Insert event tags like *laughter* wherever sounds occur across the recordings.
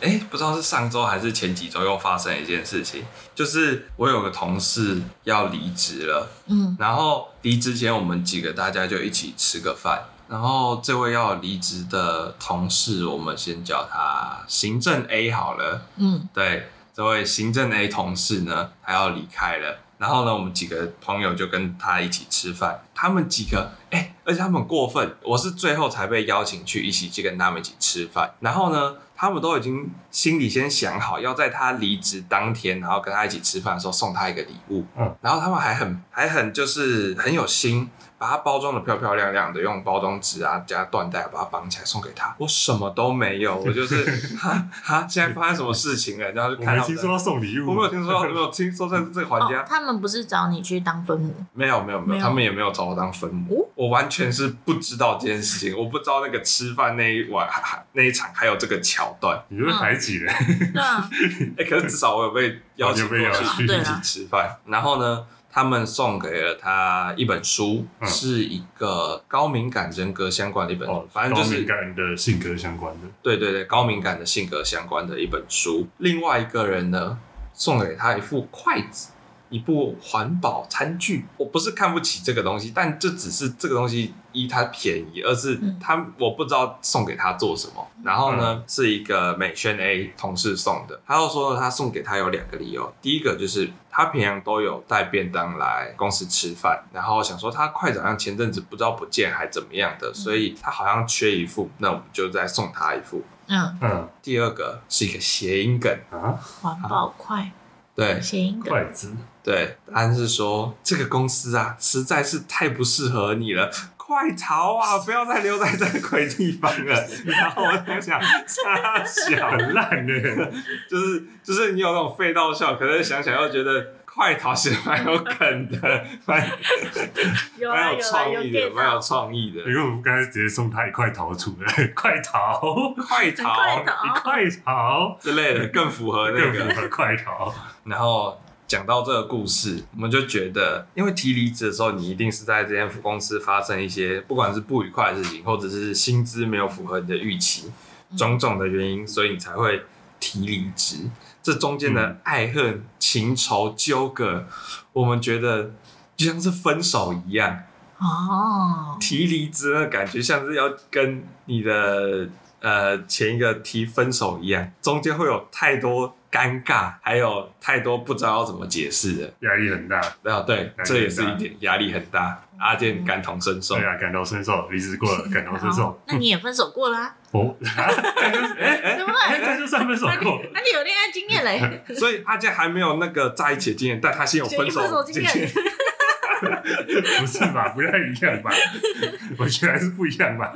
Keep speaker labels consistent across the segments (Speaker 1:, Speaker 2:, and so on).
Speaker 1: 哎，不知道是上周还是前几周又发生了一件事情，就是我有个同事要离职了，
Speaker 2: 嗯，
Speaker 1: 然后离职前我们几个大家就一起吃个饭，然后这位要离职的同事，我们先叫他行政 A 好了，
Speaker 2: 嗯，
Speaker 1: 对，这位行政 A 同事呢，他要离开了。然后呢，我们几个朋友就跟他一起吃饭。他们几个，哎、而且他们很过分，我是最后才被邀请去一起去跟他们一起吃饭。然后呢，他们都已经心里先想好，要在他离职当天，然后跟他一起吃饭的时候送他一个礼物。
Speaker 3: 嗯，
Speaker 1: 然后他们还很还很就是很有心，把它包装的漂漂亮亮的，用包装纸啊加缎带把它绑起来送给他。我什么都没有，我就是 *laughs* 哈哈，现在发生什么事情了？然后就
Speaker 3: 我
Speaker 1: 看
Speaker 3: 没
Speaker 1: 到
Speaker 3: 听说要送礼物，
Speaker 1: 我没有听说，我没有听说在这个环节啊
Speaker 2: 哦，他们不是找你去当
Speaker 1: *laughs*
Speaker 2: 分母，
Speaker 1: 没有没有没
Speaker 2: 没
Speaker 1: 有，
Speaker 2: 有
Speaker 1: 他们也没有找我当分母
Speaker 2: 哦，
Speaker 1: 我完全是不知道这件事情，我不知道那个吃饭那一晚还还那一场还有这个桥段。
Speaker 3: 你就是排挤
Speaker 1: 嗯
Speaker 3: 人，
Speaker 2: 对啊，
Speaker 1: 哎、可是至少我有被邀请过
Speaker 3: 哦你有被邀
Speaker 1: 去
Speaker 3: 请
Speaker 1: 一
Speaker 2: 对
Speaker 1: 起
Speaker 2: 啦
Speaker 1: 吃饭，然后呢？他们送给了他一本书，
Speaker 3: 嗯
Speaker 1: 是一个高敏感人格相关的一本，
Speaker 3: 哦，
Speaker 1: 反正就
Speaker 3: 高
Speaker 1: 是
Speaker 3: 敏感的性格相关的，
Speaker 1: 对对对，高敏感的性格相关的一本书。另外一个人呢，送给他一副筷子，一部环保餐具。我不是看不起这个东西，但这只是这个东西一它便宜，二是
Speaker 2: 嗯
Speaker 1: 它我不知道送给他做什么。然后呢，是一个美宣 A 同事送的，他又说他送给他有两个理由，第一个就是。他平常都有带便当来公司吃饭，然后想说他筷子好像前阵子不知道不见还怎么样的，所以他好像缺一副，那我们就再送他一副。
Speaker 2: 嗯，
Speaker 3: 嗯
Speaker 1: 第二个是一个谐音梗，
Speaker 3: 啊，
Speaker 2: 环保快
Speaker 1: 对
Speaker 2: 谐音梗，
Speaker 3: 筷子，
Speaker 1: 对，答案是说这个公司啊实在是太不适合你
Speaker 2: *laughs*
Speaker 1: 了，快逃啊！不要再留在这个鬼地方
Speaker 2: *laughs*
Speaker 1: 了。然后我在想，傻小，
Speaker 3: 很啊
Speaker 1: *laughs*
Speaker 3: 烂的，
Speaker 1: 就是就是你有那种废到笑，可是想想又觉得。快逃其实蛮有梗的， *laughs* 蛮
Speaker 2: 有
Speaker 1: 蛮有创意的，蛮有创意的。
Speaker 3: 因为我们刚才直接送他一块逃出来，快逃，
Speaker 1: 快逃
Speaker 2: 快哦逃
Speaker 3: 一块逃，
Speaker 1: 之类的更符合那
Speaker 2: *laughs*
Speaker 3: 更
Speaker 1: 个
Speaker 3: 符合快逃，
Speaker 1: 然后讲到这个故事，我们就觉得，因为提离职的时候，你一定是在这间公司发生一些不管是不愉快的事情，或者是薪资没有符合你的预期，种种的原因，所以你才会提离职。这中间的
Speaker 3: 嗯
Speaker 1: 爱恨情仇纠葛，我们觉得就像是分手一样，
Speaker 2: 哦，
Speaker 1: 提离职的感觉像是要跟你的呃前一个提分手一样，中间会有太多尴尬，还有太多不知道要怎么解释的。
Speaker 3: 压力很大，
Speaker 1: 啊，对，嗯
Speaker 3: 大
Speaker 1: 这也是一点压力很大。阿健感同身受
Speaker 3: 对。啊，感同身受，离职过了，感
Speaker 2: 哦
Speaker 3: 同身受
Speaker 1: *laughs*
Speaker 2: 好，那你也分手过啦，
Speaker 3: 哦，啊
Speaker 1: 哎
Speaker 2: 对不
Speaker 1: *laughs*
Speaker 3: 哎，
Speaker 2: 对？
Speaker 3: 这就算分手
Speaker 2: 那你
Speaker 3: 过，
Speaker 2: 那你有恋爱经验嘞？
Speaker 1: 哎，所以阿健还没有那个在一起的经验，但他先有分
Speaker 2: 分 *laughs*
Speaker 1: 手
Speaker 2: 手
Speaker 1: 的
Speaker 2: 经
Speaker 1: 经验
Speaker 2: 验。，
Speaker 3: 不是吧？不太
Speaker 1: *laughs*
Speaker 3: 一样吧？我觉得还是不一样吧。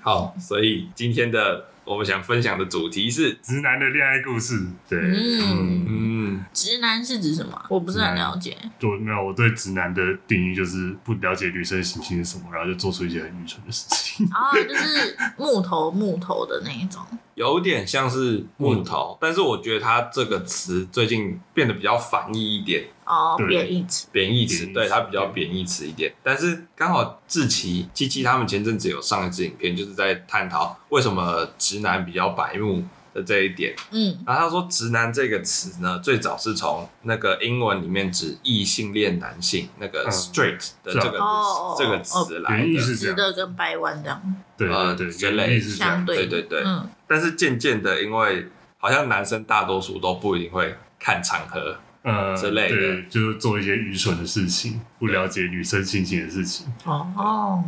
Speaker 1: 好，所以今天的我们想分享的主题是，
Speaker 3: 直男的恋爱故事，对，
Speaker 2: 嗯
Speaker 3: 嗯，
Speaker 1: 嗯，
Speaker 2: 直男是指什么？我不是很了解。
Speaker 3: 我没有，我对直男的定义就是不了解女生的心情是什么，然后就做出一些很愚蠢的事情。
Speaker 2: 哦，就是木头木头的那一种。
Speaker 1: 有点像是木头，但是我觉得它这个词最近变得比较反义一点，
Speaker 2: 哦，
Speaker 3: 对
Speaker 2: 贬义词。
Speaker 1: 贬义词，
Speaker 3: 贬义词
Speaker 1: 对它比较贬义词一点。但是刚好志奇、七七他们前阵子有上一支影片，就是在探讨为什么直男比较白目的这一点。
Speaker 2: 嗯
Speaker 1: 然后他说“直男”这个词呢，最早是从那个英文里面指异性恋男性那个
Speaker 3: 嗯
Speaker 1: straight 的
Speaker 3: 是啊
Speaker 1: 这个、
Speaker 2: 哦
Speaker 1: 这个词来
Speaker 3: 原意
Speaker 1: 的。
Speaker 3: 是这
Speaker 2: 直
Speaker 3: 样，
Speaker 2: 的跟掰弯这样
Speaker 3: 对
Speaker 1: 呃
Speaker 3: 对对，
Speaker 1: 之类
Speaker 3: 原意是这
Speaker 2: 相
Speaker 3: 样，
Speaker 1: 对
Speaker 2: 对。
Speaker 1: 对对，
Speaker 2: 嗯，
Speaker 1: 但是渐渐的，因为好像男生大多数都不一定会看场合，
Speaker 3: 呃，
Speaker 1: 之类的
Speaker 3: 对，就是做一些愚蠢的事情，不了解女生心情的事情。
Speaker 2: 哦，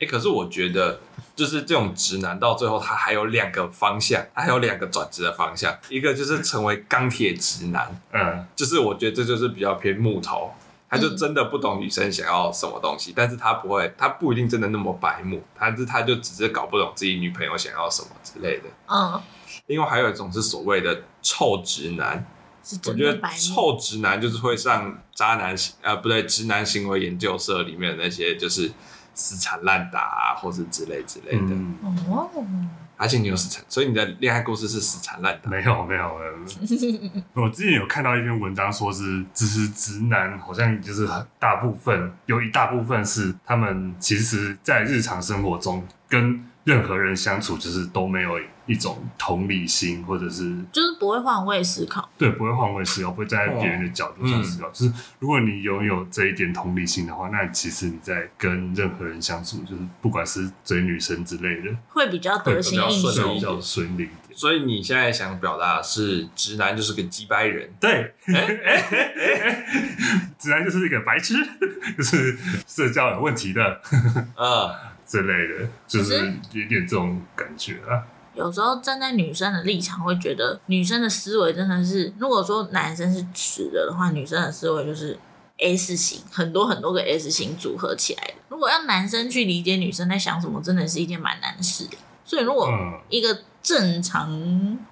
Speaker 1: 诶，可是我觉得，就是这种直男到最后，他还有两个方向，他还有两个转职的方向，一个就是成为钢铁直男，
Speaker 3: 嗯，
Speaker 1: 就是我觉得这就是比较偏木头，他就真的不懂女生想要什么东西，但是他不会，他不一定真的那么白目，但是他就只是搞不懂自己女朋友想要什么之类的。
Speaker 2: 嗯，
Speaker 1: 另外还有一种是所谓的臭直男，
Speaker 2: 是
Speaker 1: 我
Speaker 2: 真
Speaker 1: 觉
Speaker 2: 的
Speaker 1: 得
Speaker 2: 白目。
Speaker 1: 臭直男就是会上渣男呃不对直男行为研究社里面的那些就是死缠烂打啊，或是之类之类的。
Speaker 3: 嗯，
Speaker 2: 哦， *laughs*
Speaker 1: 而且你有死缠，所以你的恋爱故事是死缠烂打。
Speaker 3: 没有没有没有，我之前有看到一篇文章，说是就是直男好像就是很大部分有一大部分是他们其实在日常生活中跟任何人相处就是都没有一种同理心，或者是
Speaker 2: 就是不会换位思考。
Speaker 3: 对不会换位思考，不会站在别人的角度上思考。就是如果你拥有这一点同理心的话，那其实你在跟任何人相处，就是不管是追女生之类的，
Speaker 2: 会比较得心应
Speaker 1: 会
Speaker 3: 会
Speaker 1: 顺
Speaker 3: 比
Speaker 1: 利
Speaker 2: 手。
Speaker 3: 较顺利一点。
Speaker 1: 所以你现在想表达的是，直男就是个鸡掰人，
Speaker 3: 对，
Speaker 1: 哎
Speaker 3: *laughs* 直男就是一个白痴，就是社交有问题的
Speaker 1: 嗯，
Speaker 3: 之类的，就
Speaker 2: 可
Speaker 3: 是有点这种感觉啊。
Speaker 2: 有时候站在女生的立场，会觉得女生的思维真的是，如果说男生是直的的话，女生的思维就是 S 型，很多很多个 S 型组合起来的。如果要男生去理解女生在想什么，真的是一件蛮难的事。所以如果
Speaker 3: 嗯，
Speaker 2: 一个正常，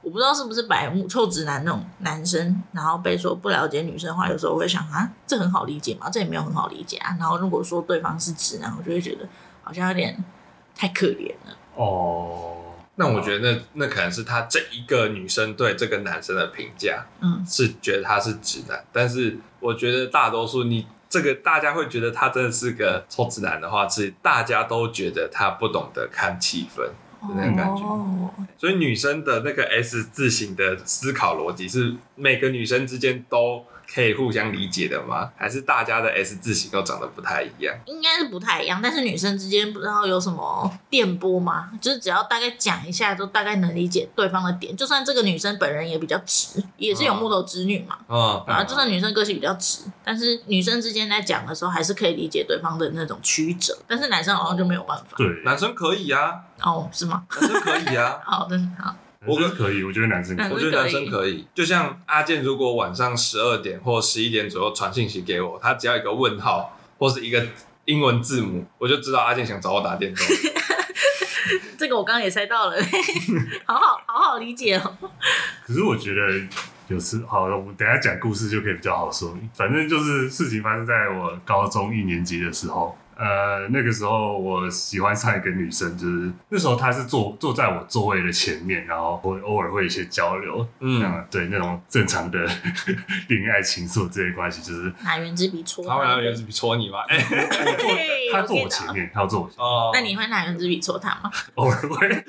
Speaker 2: 我不知道是不是白目臭直男那种男生，然后被说不了解女生的话，有时候我会想啊，这很好理解吗？这也没有很好理解啊。然后如果说对方是直男，我就会觉得好像有点太可怜了。
Speaker 3: 哦，
Speaker 1: 那我觉得那那可能是他这一个女生对这个男生的评价
Speaker 2: 嗯，
Speaker 1: 是觉得他是直男，但是我觉得大多数你这个大家会觉得他真的是个臭直男的话，是大家都觉得他不懂得看气氛。那种感觉
Speaker 2: 哦，
Speaker 1: 所以女生的那个 S 字形的思考逻辑是每个女生之间都可以互相理解的吗？还是大家的 S 字形都长得不太一样？
Speaker 2: 应该是不太一样，但是女生之间不知道有什么电波吗？就是只要大概讲一下，都大概能理解对方的点。就算这个女生本人也比较直，也是有
Speaker 1: 啊
Speaker 2: 木头直女嘛，
Speaker 1: 嗯，
Speaker 2: 然后啊就算女生个性比较直，但是女生之间在讲的时候，还是可以理解对方的那种曲折，但是男生好像就没有办法。
Speaker 3: 对，
Speaker 1: 男生可以啊，
Speaker 2: 哦，是吗？，
Speaker 1: 男生可以啊
Speaker 2: 好的，好，
Speaker 3: 我跟可以，我觉得男生可
Speaker 2: *laughs*
Speaker 3: 以
Speaker 2: 男生
Speaker 1: 我觉得男生可以。啊就像阿健，如果晚上十二点或十一点左右传信息给我，他只要一个问号或是一个英文字母，我就知道阿健想找我打
Speaker 2: *laughs*
Speaker 1: 电动。
Speaker 2: 这个我刚刚也猜到了， *laughs* 好好好好理解哦。
Speaker 3: 可是我觉得有时好，我们等一下讲故事就可以比较好说明。反正就是事情发生在我高中一年级的时候，呃，那个时候我喜欢上一个女生，就是那时候她是坐坐在我座位的前面，然后会偶尔会有一些交流，
Speaker 1: 嗯，
Speaker 3: 嗯，对那种正常的恋爱情愫之类的关系，就是嗯
Speaker 2: 拿圆珠笔戳
Speaker 1: 他会
Speaker 2: 他
Speaker 1: 拿原子笔戳你吗？哎、
Speaker 2: 嘿我
Speaker 3: 她坐我
Speaker 2: 知道
Speaker 3: 前面，她
Speaker 1: *laughs*
Speaker 3: 坐我前面，
Speaker 1: 哦，
Speaker 2: 那你会拿圆珠笔戳他吗？
Speaker 3: 偶尔会。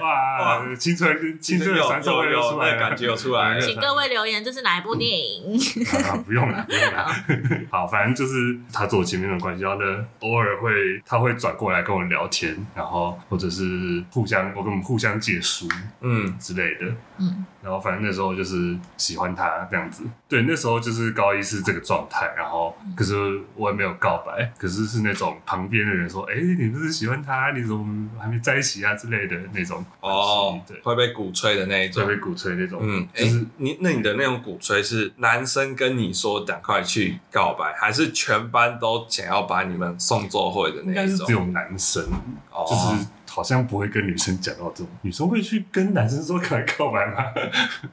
Speaker 3: 哇，青春青春的
Speaker 1: 有
Speaker 3: 闪烁
Speaker 1: 有
Speaker 3: 又
Speaker 1: 有
Speaker 3: 出来
Speaker 1: 那
Speaker 3: 了，
Speaker 1: 感觉有出来了
Speaker 3: 对
Speaker 2: 请各位留言，这是哪一部电影？
Speaker 3: 啊，不用了，不用了。 *laughs* 好，反正就是他坐我前面的关系，然后呢，偶尔会他会转过来跟我聊天，然后或者是互相，我跟我们互相借书
Speaker 1: 嗯
Speaker 3: 之类的。
Speaker 2: 嗯，
Speaker 3: 然后反正那时候就是喜欢他这样子，对，那时候就是高一是这个状态，然后可是我也没有告白，可是是那种旁边的人说，哎、你不是喜欢他，你怎么还没在一起啊之类的那种关系
Speaker 1: 哦，
Speaker 3: 对，
Speaker 1: 会被鼓吹的那一
Speaker 3: 特
Speaker 1: 种。
Speaker 3: 别鼓吹那种，
Speaker 1: 嗯，哎、
Speaker 3: 就是
Speaker 1: 你那你的那种鼓吹是男生跟你说赶快去告白，还是全班都想要把你们送做会的
Speaker 3: 应
Speaker 1: 那
Speaker 3: 该
Speaker 1: 一
Speaker 3: 是
Speaker 1: 种
Speaker 3: 只？有男生
Speaker 1: 哦
Speaker 3: 就是好像不会跟女生讲到这种，女生会去跟男生说可来告白吗？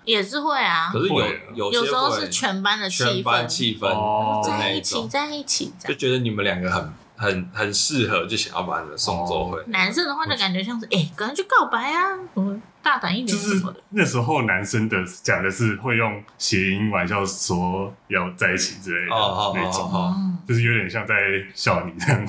Speaker 2: 也是会啊
Speaker 1: 可，是
Speaker 3: 会啊
Speaker 1: 有
Speaker 2: 有
Speaker 1: 些
Speaker 2: 时候
Speaker 1: 会
Speaker 2: 是全班的
Speaker 1: 全
Speaker 2: 气
Speaker 1: 班
Speaker 2: 氛，
Speaker 1: 气氛，
Speaker 3: 哦
Speaker 1: 真的
Speaker 2: 在
Speaker 1: 那
Speaker 2: 一
Speaker 1: 一种
Speaker 2: 起，在一起，在
Speaker 1: 就觉得你们两个很很很适合，就想要把你们送做会。
Speaker 2: 男生的话就感觉像是，哎、赶快去告白啊，我们大胆一
Speaker 3: 就
Speaker 2: 点什
Speaker 3: 是
Speaker 2: 么的。
Speaker 3: 那时候男生的讲的是会用谐音玩笑说要在一起之类的
Speaker 1: 哦哦
Speaker 3: 那
Speaker 1: 哦
Speaker 3: 种，
Speaker 2: 哦，
Speaker 3: 就是有点像在笑你这样，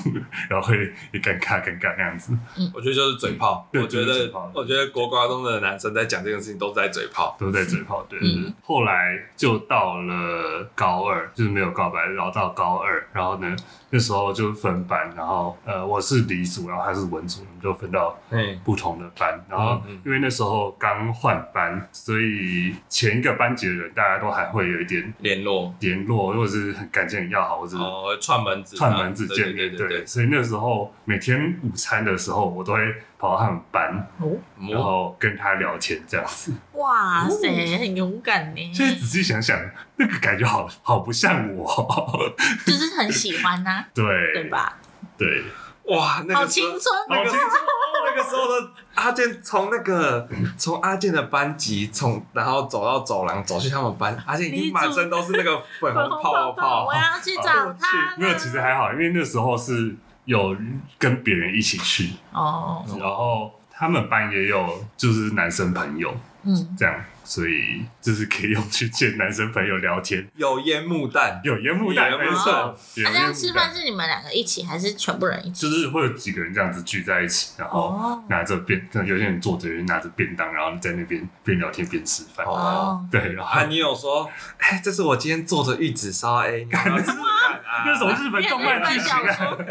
Speaker 3: 然后会也尴尬尴尬那样子。
Speaker 1: 我觉得就是嘴炮，
Speaker 3: 对
Speaker 1: 我觉
Speaker 3: 就是嘴
Speaker 1: 得
Speaker 3: 炮
Speaker 1: 我觉得国高中的男生在讲这件事情都是在嘴炮。
Speaker 3: 都在嘴炮，对。
Speaker 2: 嗯
Speaker 3: 后来就到了高二，就是没有告白，然后到高二，然后呢，那时候就分班，然后呃，我是理组，然后他是文组，我们就分到
Speaker 1: 嗯
Speaker 3: 不同的班。然后
Speaker 1: 嗯嗯
Speaker 3: 因为那时候刚换班，所以前一个班级的人大家都还会有一点
Speaker 1: 联络
Speaker 3: 联络，或者是很感情很要好，或者是
Speaker 1: 哦，串门子啊，
Speaker 3: 串门子见
Speaker 1: 对
Speaker 3: 面。
Speaker 1: 对对
Speaker 3: 对，，所以那时候每天午餐的时候，我都会跑到他们班，
Speaker 2: 哦
Speaker 1: 对
Speaker 3: 然后跟他聊天这样
Speaker 1: 嗯
Speaker 3: 子。
Speaker 2: 哇塞，
Speaker 3: 哦
Speaker 2: 很勇敢呢，
Speaker 3: 现在仔细想想，那个感觉好好不像我。 *laughs*
Speaker 2: 就是很喜欢呐、
Speaker 3: 对
Speaker 2: 对吧？
Speaker 3: 对，
Speaker 1: 哇，那
Speaker 2: 好
Speaker 1: 个时候
Speaker 2: 青春，
Speaker 1: *laughs* 那个时候，哦那个时候的 *laughs* 阿健从那个从阿健的班级从然后走到走廊走去他们班，阿健已
Speaker 2: 你
Speaker 1: 经满身都是那个粉红
Speaker 2: 粉红
Speaker 1: 泡
Speaker 2: 泡
Speaker 1: 泡
Speaker 2: 我。要去找他啦。
Speaker 3: 哦没有，其实还好，因为那时候是有跟别人一起去，
Speaker 1: 嗯
Speaker 2: 哦，
Speaker 3: 然后他们班也有就是男生朋友，
Speaker 2: 嗯，
Speaker 3: 这样，所以就是可以用去见男生朋友聊天，
Speaker 1: 有烟幕弹，
Speaker 3: 有烟幕弹，
Speaker 1: 有
Speaker 3: 没
Speaker 1: 烟幕弹
Speaker 3: 错，有
Speaker 2: 那、这
Speaker 3: 烟
Speaker 2: 样
Speaker 3: 幕
Speaker 2: 吃
Speaker 3: 弹
Speaker 2: 饭，是你们两个一起，还是全部人一起？
Speaker 3: 就是会有几个人这样子聚在一起，然后
Speaker 2: 哦
Speaker 3: 拿着便，可能有些人坐着，有些人拿着便当，然后在那边边聊天边吃饭。
Speaker 1: 哦。
Speaker 2: 哦，
Speaker 3: 对，然后
Speaker 1: 啊，你有说，哎、这是我今天做的玉子烧，哎、 *laughs* 你要不要试试看啊？
Speaker 3: 那什么日本
Speaker 2: 日
Speaker 3: 动漫剧
Speaker 2: 本
Speaker 3: 情
Speaker 2: 小
Speaker 3: 啊？
Speaker 2: 说，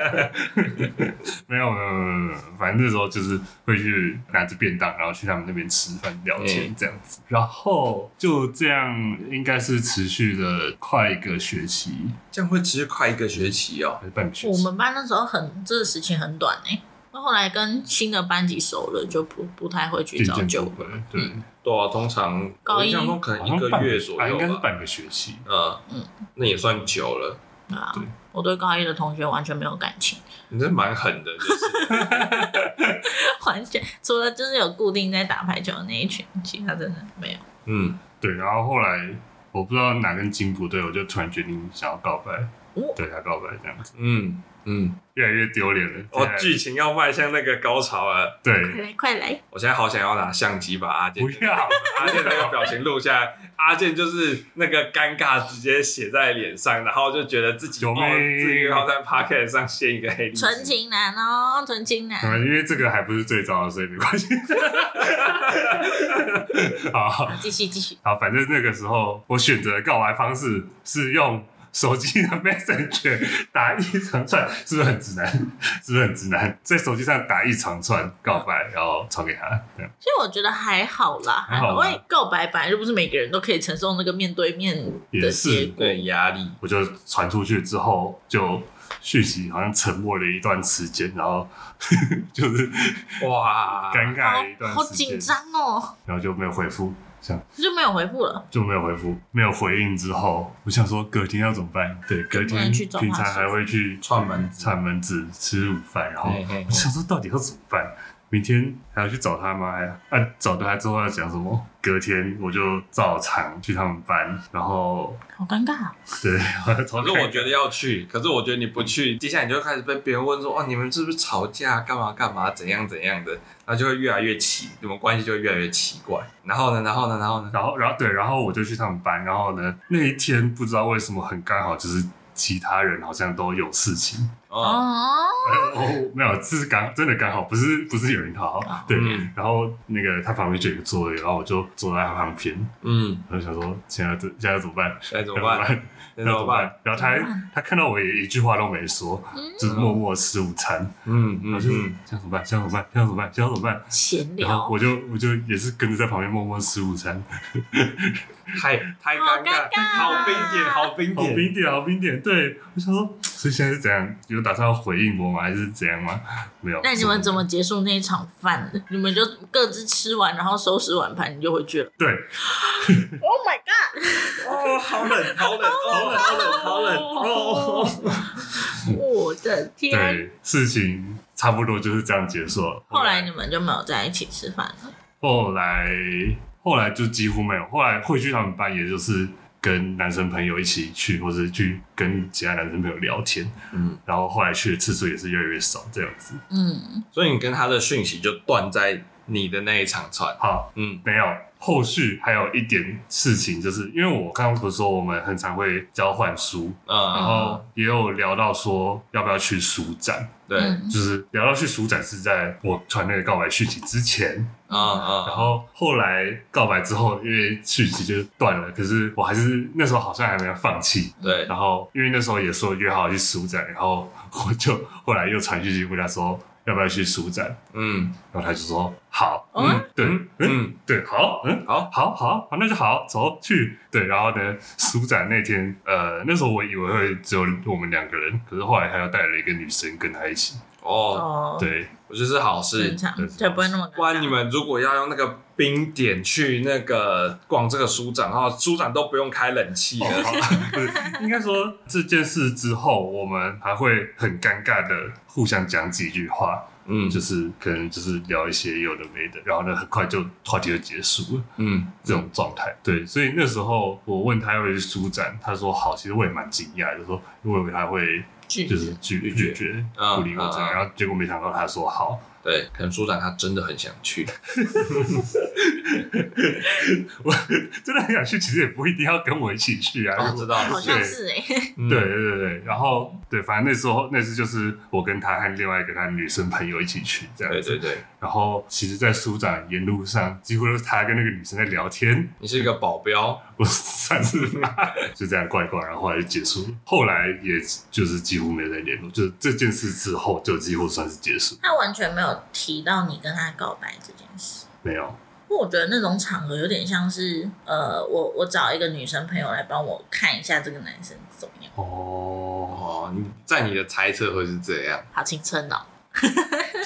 Speaker 3: 没有没有没有没有，反正那时候就是会去拿着便当，然后去他们那边吃饭聊天
Speaker 1: 嗯
Speaker 3: 这样子，哎然后就这样应该是持续了快一个学期
Speaker 1: 这样会持续快一个学期哦。
Speaker 3: 还是半个学
Speaker 2: 我
Speaker 3: 期。
Speaker 2: 们班那时候很这个时期很短哎、那后来跟新的班级熟了，就不不太会去
Speaker 3: 渐
Speaker 2: 找
Speaker 3: 渐
Speaker 2: 旧
Speaker 3: 不会，对，
Speaker 1: 对啊，通常
Speaker 2: 高
Speaker 1: 我
Speaker 2: 一
Speaker 1: 印象中可能一个月左
Speaker 3: 啊应
Speaker 1: 右
Speaker 3: 该是
Speaker 1: 吧。
Speaker 3: 半个学期。
Speaker 1: 嗯
Speaker 2: 嗯
Speaker 1: 那也算久了。
Speaker 2: 对啊
Speaker 3: 对，
Speaker 2: 我对高一的同学完全没有感情， *laughs*
Speaker 1: 你这蛮狠的，就是
Speaker 2: 完全除了就是有固定在打排球的那一群，其他真的没有。
Speaker 1: 嗯，
Speaker 3: 对，然后后来我不知道哪根筋不对，我就突然决定想要告白，
Speaker 2: 哦
Speaker 3: 对他告白这样子，
Speaker 1: 嗯嗯，
Speaker 3: 越来越丢脸了。
Speaker 1: 哦
Speaker 3: 现在，
Speaker 1: 剧情要迈向那个高潮啊了。
Speaker 3: *laughs*
Speaker 2: 快
Speaker 3: 对，
Speaker 2: 来快来，
Speaker 1: 我现在好想要拿相机把阿健
Speaker 3: 不要， *laughs*
Speaker 1: 阿健那个表情录下来，阿健就是那个尴尬直接写在脸上，然后就觉得自己
Speaker 3: 救
Speaker 1: 哦
Speaker 3: 命，
Speaker 1: 自己要在 p o c k e t 上掀一个黑历史。
Speaker 2: 纯情男哦，纯情男，
Speaker 3: 嗯，因为这个还不是最糟的，所以没关系。 *laughs* 好
Speaker 2: 好继续继续。
Speaker 3: 好，反正那个时候我选择的告白方式是用手机的 *laughs* Messenger 打一长串，是不是很直男？是不是很直男？在手机上打一长串告白，然后传给他，这样
Speaker 2: 其实我觉得还好啦，
Speaker 3: 还好
Speaker 2: 因
Speaker 3: 啦
Speaker 2: 为告白本来就不是每个人都可以承受那个面对面的
Speaker 3: 也
Speaker 2: 结
Speaker 3: 是
Speaker 2: 果。
Speaker 1: 对压力，
Speaker 3: 我就传出去之后，就讯息好像沉默了一段时间，然后 *laughs* 就是
Speaker 1: 哇，
Speaker 3: 尴尬了一段
Speaker 2: 好好
Speaker 3: 时间
Speaker 2: 紧，张哦，
Speaker 3: 然后就没有回复，这样。
Speaker 2: 就没有回复了。
Speaker 3: 就没有回复，没有回应之后，我想说隔天要怎么办？对，隔
Speaker 2: 不能
Speaker 3: 天
Speaker 2: 去找他
Speaker 3: 平常还会去
Speaker 1: 串门子
Speaker 3: 串门子吃午饭，然后
Speaker 1: 嘿嘿嘿
Speaker 3: 我想说到底要怎么办？明天还要去找他吗？还啊，找到他之后要讲什么？隔天我就照常去他们班，然后
Speaker 2: 好尴尬哦，
Speaker 3: 对， *laughs*
Speaker 1: 可
Speaker 3: 可
Speaker 1: 是我觉得要去，可是我觉得你不去，接下来你就开始被别人问说，哦，你们是不是吵架，干嘛干嘛，怎样怎样的，然后就会越来越奇，你们关系就会越来越奇怪。然后呢，然后呢，然后呢，
Speaker 3: 然后，然后对，然后我就去他们班，然后呢，那一天不知道为什么很刚好，就是其他人好像都有事情，
Speaker 1: 哦，
Speaker 3: 哦，没有，这是刚真的刚好，不是不是有人好
Speaker 2: 哦，
Speaker 3: 对。
Speaker 1: 嗯
Speaker 3: 然后那个他旁边就有一个座位，然后我就坐在他旁边，
Speaker 1: 嗯，
Speaker 3: 然后想说现在这现在怎么办？
Speaker 1: 该怎么
Speaker 3: 怎
Speaker 1: 办？？该
Speaker 3: 现
Speaker 1: 怎
Speaker 3: 在
Speaker 1: 么
Speaker 3: *laughs* 怎么
Speaker 1: 办？
Speaker 3: 办？然后他还他看到我也一句话都没说，
Speaker 2: 嗯
Speaker 3: 就是默默吃午餐。
Speaker 1: 嗯嗯
Speaker 3: 然后就是
Speaker 1: 嗯，
Speaker 3: 这样怎么办？这样怎么办？这样怎么办？这样怎么办？
Speaker 2: 闲
Speaker 3: 然后
Speaker 2: 聊，
Speaker 3: 我就我就也是跟着在旁边默默吃午餐。
Speaker 1: 太太尴
Speaker 2: 好尴尬啊
Speaker 1: 好冰点，好冰
Speaker 3: 好
Speaker 1: 点。
Speaker 3: 冰点，好冰点。对，我想说，所以现在是怎样？有打算要回应我吗？还是怎样吗？没有。
Speaker 2: 那你们怎么结束那一场饭的？你们就各自吃完，然后收拾碗盘，你就回
Speaker 3: *laughs*
Speaker 2: 去了。
Speaker 3: 对？
Speaker 2: Oh my god！
Speaker 1: 哦，好冷，好冷，好冷，好冷，好冷。
Speaker 2: 哦，我的天！
Speaker 3: 嗯对，事情差不多就是这样结束了。
Speaker 2: 后来你们就没有在一起吃饭了。
Speaker 3: 后来后来就几乎没有，后来会去他们班，也就是跟男生朋友一起去，或是去跟其他男生朋友聊天，
Speaker 1: 嗯，
Speaker 3: 然后后来去的次数也是越来越少这样子。
Speaker 2: 嗯，
Speaker 1: 所以你跟他的讯息就断在你的那一场串。
Speaker 3: 好，
Speaker 1: 嗯
Speaker 3: 没有。后续还有一点事情，就是因为我刚刚不是说我们很常会交换书，然
Speaker 1: 嗯，
Speaker 3: 后也有聊到说要不要去书展，
Speaker 1: 对，嗯
Speaker 2: 嗯
Speaker 3: 就是聊到去书展是在我传那个告白讯息之前，
Speaker 1: 嗯，
Speaker 3: 然后后来告白之后，因为讯息就断了，可是我还是那时候好像还没有放弃。
Speaker 1: 对，
Speaker 3: 然后因为那时候也说约好去书展，然后我就后来又传讯息回他说要不要去书展，
Speaker 1: 嗯
Speaker 3: 然后他就说好，
Speaker 2: 哦
Speaker 3: 嗯，对，
Speaker 1: 嗯
Speaker 3: 嗯，
Speaker 1: 嗯，
Speaker 3: 对，好，嗯，
Speaker 1: 好，
Speaker 3: 好，好，好，那就好，走去。对，然后呢，书展那天，呃，那时候我以为会只有我们两个人，可是后来他又带了一个女生跟他一起，
Speaker 1: 哦，
Speaker 2: 哦，
Speaker 3: 对，
Speaker 1: 我觉得是好事
Speaker 2: 正。常
Speaker 3: 对，
Speaker 2: 才不会那么尴尬。
Speaker 1: 不然你们如果要用那个冰点去那个逛这个书展，然后书展都不用开冷气了。
Speaker 2: 哦
Speaker 3: *laughs* 不是，应该说这件事之后，我们还会很尴尬的互相讲几句话，
Speaker 1: 嗯
Speaker 3: 就是可能就是聊一些有的没的，然后呢，很快就话题就结束了
Speaker 1: 嗯，
Speaker 3: 这种状态。对，所以那时候我问他要不要去书展，他说好，其实我也蛮惊讶的，就说我以为他会
Speaker 2: 拒
Speaker 3: 就
Speaker 2: 绝
Speaker 3: 是拒
Speaker 1: 拒绝
Speaker 3: 拒绝
Speaker 1: 嗯
Speaker 3: 不理我
Speaker 1: 嗯
Speaker 3: 这样，
Speaker 1: 嗯
Speaker 3: 然后结果没想到他说好，
Speaker 1: 对，可能书展他真的很想去。
Speaker 3: *laughs* 我真的很想去，其实也不一定要跟我一起去啊。
Speaker 1: 我
Speaker 3: 如
Speaker 1: 知
Speaker 3: 果
Speaker 1: 道，
Speaker 2: 好像是哎、
Speaker 1: 嗯
Speaker 3: 对对对对，然后对，反正那时候那次就是我跟他和另外一个他女生朋友一起去这样
Speaker 1: 对
Speaker 3: 子，
Speaker 1: 对对，
Speaker 3: 然后其实，在书展沿路上，几乎都是他跟那个女生在聊天，
Speaker 1: 你是一个保镖，
Speaker 3: 我算是啊就这样逛一逛，然后后来就结束了。后来也就是几乎没有再联络，就是这件事之后就几乎算是结束，
Speaker 2: 他完全没有提到你跟他告白这件事。
Speaker 3: 没有。
Speaker 2: 不过我觉得那种场合有点像是，呃，我我找一个女生朋友来帮我看一下这个男生怎么样，
Speaker 3: 哦，
Speaker 1: 哦，你在你的猜测会是这样。
Speaker 2: 好青春哦。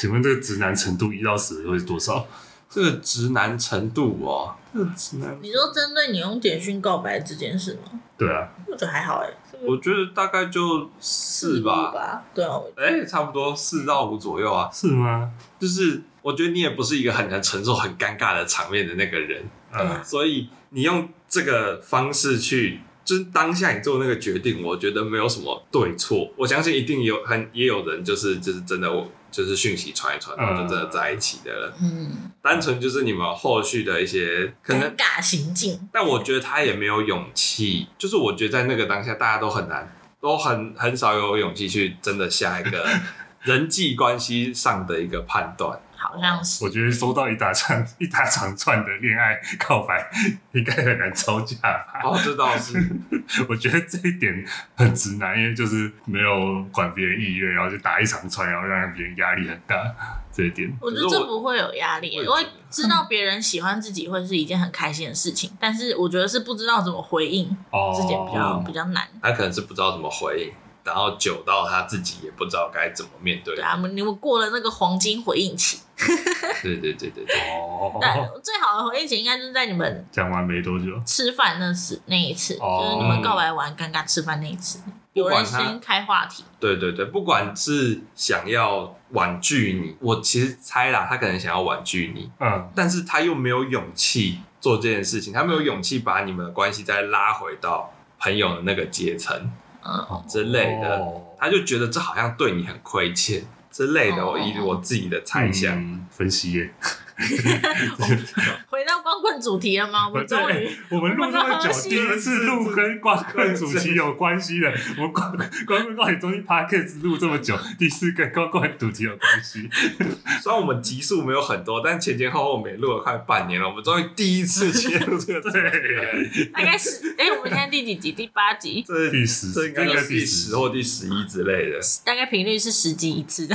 Speaker 3: 请问这个直男程度一到十会是多少？
Speaker 1: 这个直男程度哦，这个直男，
Speaker 2: 你说针对你用简讯告白这件事吗？
Speaker 3: 对啊，
Speaker 2: 我觉得还好哎、是不是
Speaker 1: 我觉得大概就四
Speaker 2: 吧
Speaker 1: 吧，
Speaker 2: 对啊，我
Speaker 1: 哎、差不多四到五左右啊。
Speaker 3: 是吗？
Speaker 1: 就是我觉得你也不是一个很能承受很尴尬的场面的那个人，
Speaker 2: 对
Speaker 3: 嗯
Speaker 2: 啊，
Speaker 1: 所以你用这个方式去，就是当下你做那个决定，我觉得没有什么对错。我相信一定有很也有人就是就是真的我就是讯息传一传，然后就真的在一起的了。
Speaker 2: 嗯，
Speaker 1: 单纯就是你们后续的一些可能
Speaker 2: 尴尬行径，
Speaker 1: 但我觉得他也没有勇气，就是我觉得在那个当下，大家都很难，都很很少有勇气去真的下一个人际关系上的一个判断。
Speaker 2: 好像是
Speaker 3: 我觉得收到一大串 *laughs* 一大长串的恋爱告白，应该很难招架吧？ *laughs*
Speaker 1: 哦，这倒是，
Speaker 3: 我觉得这一点很直男，因为就是没有管别人意愿，然后就打一长串，然后让别人压力很大。这一点，
Speaker 2: 我觉
Speaker 1: 可
Speaker 2: 得
Speaker 1: 是
Speaker 2: 这
Speaker 1: 我
Speaker 2: 不会有压力，
Speaker 1: 我也
Speaker 2: 因
Speaker 1: 觉得
Speaker 2: 为知道别人喜欢自己会是一件很开心的事情，但是我觉得是不知道怎么回应，
Speaker 3: 哦
Speaker 2: 这点比较
Speaker 1: 哦
Speaker 2: 比较难。
Speaker 1: 他可能是不知道怎么回应，然后久到他自己也不知道该怎么面对
Speaker 2: 对。啊，你们过了那个黄金回应期，
Speaker 1: 对对对对对，
Speaker 2: 但
Speaker 3: 哦，
Speaker 2: 最好的回应期应该就是在你们
Speaker 3: 讲完没多久，
Speaker 2: 吃饭那次那一次，
Speaker 3: 哦
Speaker 2: 就是你们告白完尴尬吃饭那一次，
Speaker 1: 不
Speaker 2: 有
Speaker 1: 管
Speaker 2: 人
Speaker 1: 他
Speaker 2: 先开话
Speaker 3: *laughs*
Speaker 2: 题，
Speaker 1: 对对对，不管是想要婉拒你，我其实猜啦，他可能想要婉拒你，
Speaker 3: 嗯，
Speaker 1: 但是他又没有勇气做这件事情，他没有勇气把你们的关系再拉回到朋友的那个阶层。
Speaker 2: 嗯，
Speaker 1: 之类的
Speaker 3: 哦
Speaker 1: 他就觉得这好像对你很亏欠之类的。
Speaker 2: 哦
Speaker 1: 我以我自己的猜想，
Speaker 3: 嗯分析耶，
Speaker 2: 回到光棍主题了吗？我们终于
Speaker 3: 对，我们录那么久，
Speaker 2: 我们
Speaker 3: 第一次录跟光棍主题有关系的，我们 *laughs* 光光棍到底中心 podcast 录这么久，第一次跟光棍主题有关系，
Speaker 1: 虽然我们集数没有很多，但前前后后我们也录了快半年了，我们终于第一次
Speaker 2: *laughs*
Speaker 1: 切入这个
Speaker 3: 对，
Speaker 2: 大概是哎，我们现在第几集？第八集，
Speaker 1: *laughs* 这
Speaker 3: 第十
Speaker 1: 这应该
Speaker 3: 这应该
Speaker 1: 是第
Speaker 3: 第十
Speaker 1: 十或第十一之类的，
Speaker 2: 大概频率是十集一次，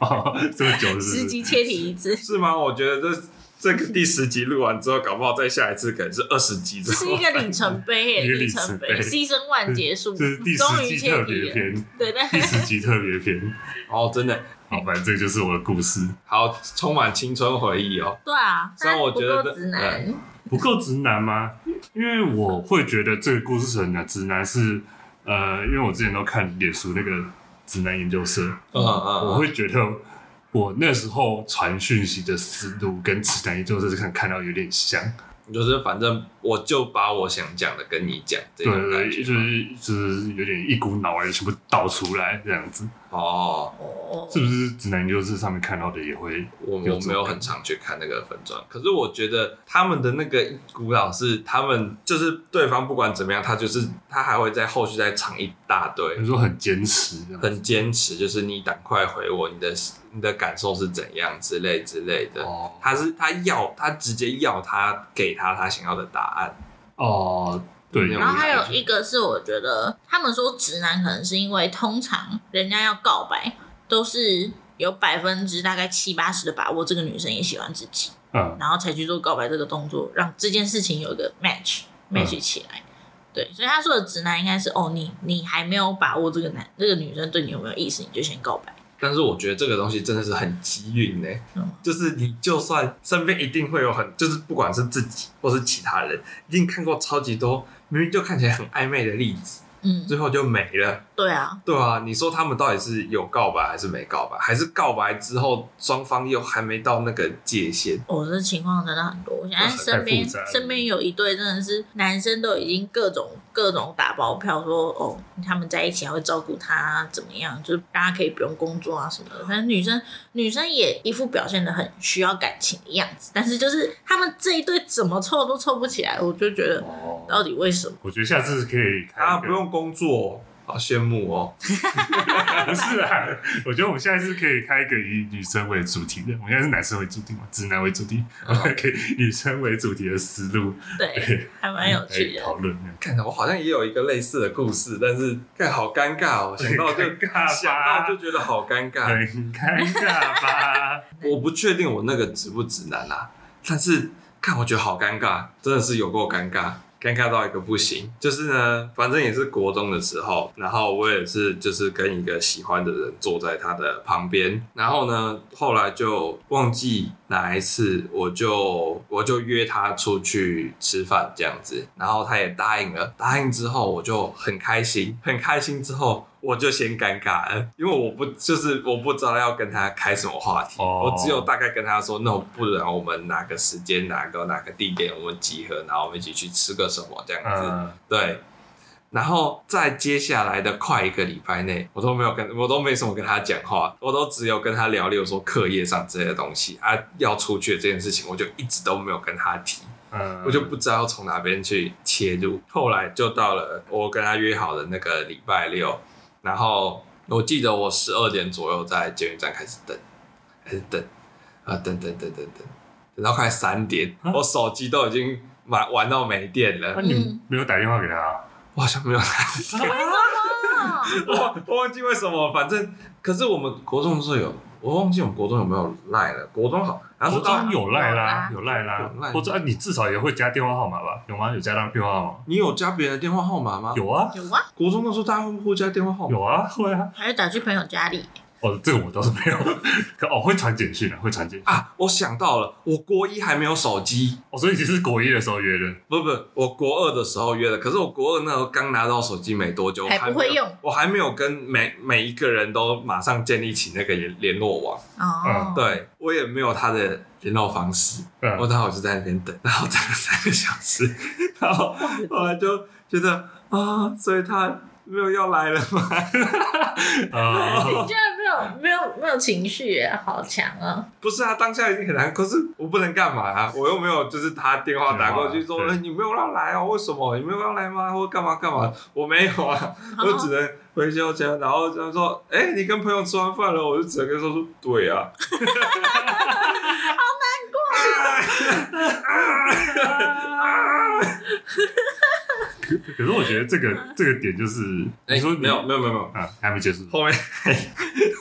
Speaker 3: 哦，这么久是不
Speaker 2: 十
Speaker 3: 是？
Speaker 2: 集切题一
Speaker 3: *laughs*
Speaker 2: 次。
Speaker 1: 是吗？我觉得这这个第十集录完之后，搞不好再下一次可能是二十集之
Speaker 2: 这是
Speaker 1: 后
Speaker 2: 一。个里程碑耶，
Speaker 3: 一个里
Speaker 2: 程
Speaker 3: 程
Speaker 2: 碑，
Speaker 3: 碑
Speaker 2: 牺牲万结束，
Speaker 3: 这是第
Speaker 2: 终
Speaker 3: 十
Speaker 2: 于
Speaker 3: 季
Speaker 2: 切
Speaker 3: 特
Speaker 2: 题
Speaker 3: 别
Speaker 2: 了。
Speaker 3: 篇，
Speaker 2: 对对，
Speaker 3: 第十集特别篇。
Speaker 1: *laughs* 哦，真的
Speaker 3: 好，反正这就是我的故事，
Speaker 1: 好，充满青春回忆哦。
Speaker 2: 对啊，
Speaker 1: 虽然我
Speaker 2: 他不
Speaker 1: 觉得
Speaker 2: 够直男，
Speaker 3: 不够直男吗？因为我会觉得这个故事很难，直男是呃，因为我之前都看脸书那个直男研究社，
Speaker 1: 嗯
Speaker 3: 我
Speaker 1: 嗯嗯，
Speaker 3: 会觉得我那时候传讯息的思路跟直男研究社是看看到有点像，
Speaker 1: 就是反正我就把我想讲的跟你讲，这
Speaker 3: 对
Speaker 1: 种感
Speaker 3: 对，
Speaker 1: 觉
Speaker 3: 就。是就是有点一股脑儿哎全部倒出来这样子，
Speaker 1: 哦，
Speaker 2: 哦，
Speaker 3: 是不是？直男研究社上面看到的也会
Speaker 1: 我
Speaker 3: 有
Speaker 1: 我
Speaker 3: 这
Speaker 1: 没有
Speaker 3: 种
Speaker 1: 很
Speaker 3: 感
Speaker 1: 常去看那个粉钻，可是我觉得他们的那个古老是他们就是对方不管怎么样，他就是他还会在后续再藏一大堆
Speaker 3: 有，时候很坚持这样子，
Speaker 1: 很坚持，就是你赶快回我，你的你的感受是怎样之类之类的。
Speaker 3: 哦
Speaker 1: 他是他要他直接要他给他他想要的答案，
Speaker 3: 哦，对，
Speaker 1: 没有
Speaker 2: 然后还有一个是，我觉得他们说直男可能是因为通常人家要告白都是有百分之大概七八十的把握，这个女生也喜欢自己，
Speaker 3: 嗯
Speaker 2: 然后才去做告白这个动作，让这件事情有一个 match match 起来。对，所以他说的直男应该是哦，你你还没有把握这个男这个女生对你有没有意思，你就先告白。
Speaker 1: 但是我觉得这个东西真的是很机运呢、
Speaker 2: 嗯
Speaker 1: 就是你就算身边一定会有很，就是不管是自己或是其他人，一定看过超级多明明就看起来很暧昧的例子。
Speaker 2: 嗯，
Speaker 1: 最后就没了。
Speaker 2: 对啊，
Speaker 1: 对啊，你说他们到底是有告白还是没告白，还是告白之后双方又还没到那个界限？
Speaker 2: 我、这情况真的很多。我现在
Speaker 3: 这很
Speaker 2: 身边
Speaker 3: 太复杂了
Speaker 2: 身边有一对真的是男生都已经各种各种打包票说哦，他们在一起还会照顾他怎么样，就是大家可以不用工作啊什么的。但是女生女生也一副表现的很需要感情的样子，但是就是他们这一对怎么凑都凑不起来，我就觉得
Speaker 3: 哦，
Speaker 2: 到底为什么？
Speaker 3: 我觉得下次可以开一个
Speaker 1: 啊，不，用工作、好羡慕哦。
Speaker 3: *laughs* 不是啊，我觉得我们下次可以开一个以女生为主题的，我们现在是男生为主题嘛，直男为主题，我们可以以女生为主题的思路，哎
Speaker 2: 对，还蛮有趣的。
Speaker 3: 来讨论。
Speaker 1: 看，我好像也有一个类似的故事，但是看好尴尬哦，想到就
Speaker 3: 很尴尬吧
Speaker 1: 想到就觉得好尴尬。
Speaker 3: 很尴尬吧？
Speaker 1: 我不确定我那个直不直男啊，但是看我觉得好尴尬，真的是有够尴尬，尴尬到一个不行。就是呢，反正也是国中的时候，然后我也是就是跟一个喜欢的人坐在他的旁边，然后呢，后来就忘记哪一次，我就我就约他出去吃饭这样子，然后他也答应了，答应之后我就很开心，很开心之后。我就先尴尬了，因为我不就是我不知道要跟他开什么话题
Speaker 3: 哦
Speaker 1: 我只有大概跟他说，那不然我们哪个时间、哪个哪个地点我们集合，然后我们一起去吃个什么这样子。
Speaker 3: 嗯，
Speaker 1: 对，然后在接下来的快一个礼拜内，我都没有跟我都没什么跟他讲话，我都只有跟他聊，例如说课业上之类的东西啊，要出去的这件事情，我就一直都没有跟他提。
Speaker 3: 嗯
Speaker 1: 我就不知道从哪边去切入。后来就到了我跟他约好的那个礼拜六，然后我记得我十二点左右在监狱站开始等，开始等啊等等等等等，等到快三点，
Speaker 3: 啊
Speaker 1: 我手机都已经玩玩到没电
Speaker 3: 那
Speaker 1: 了，
Speaker 3: 你没有打电话给他啊？
Speaker 1: 我好
Speaker 3: *laughs*
Speaker 1: 像没有拿
Speaker 2: 嗯哦
Speaker 1: 我我忘记为什么，反正可是我们国中的时候有，我忘记我们国中有没有赖了，国中好，然后啊是到
Speaker 3: 国中哦有赖啦，
Speaker 2: 有
Speaker 3: 有赖啦
Speaker 1: 有赖。
Speaker 3: 国中啊，你至少也会加电话号码吧？有吗？有加到电话号码？
Speaker 1: 你有加别人的电话号码吗？，
Speaker 3: 有啊，
Speaker 2: 有啊， *laughs*
Speaker 1: 国中的时候大家会不会加电话号码？
Speaker 3: 有啊，会啊。
Speaker 2: 还是打去朋友家里。
Speaker 3: 哦，这个我倒是没有。 *laughs* 可哦，会传简讯啊，会传简讯。
Speaker 1: 啊，我想到了，我国一还没有手机，
Speaker 3: 哦，所以你是国一的时候约的，
Speaker 1: 不不，我国二的时候约的，可是我国二那时候刚拿到手机没多久，我
Speaker 2: 还不会
Speaker 1: 没有
Speaker 2: 用，
Speaker 1: 我还没有跟每每一个人都马上建立起那个联联络网，
Speaker 2: 哦，
Speaker 3: 嗯，
Speaker 1: 对我也没有他的联络方式，我
Speaker 3: 嗯，
Speaker 1: 然后我就在那边等，然后等了三个小时，然后后来就觉得啊，所以他没有要来了吗？
Speaker 3: 啊
Speaker 2: 你，居然没有没有没有情绪耶，好强啊！
Speaker 1: 不是啊，当下已经很难，可是我不能干嘛啊？我又没有，就是他电话打过去说，
Speaker 3: 对
Speaker 1: 哎、你没有要来哦，为什么？你没有要来吗？或干嘛干嘛？我没有啊，
Speaker 3: 哦
Speaker 1: 我只
Speaker 2: 哦
Speaker 1: 能回休家，然后他说，哎、你跟朋友吃完饭了？我就只能跟他说，对啊，
Speaker 3: *laughs* 可是我觉得这个这个点就是，你说你
Speaker 1: 哎没有，没有没有没有，
Speaker 3: 啊，还没结束。
Speaker 1: 后面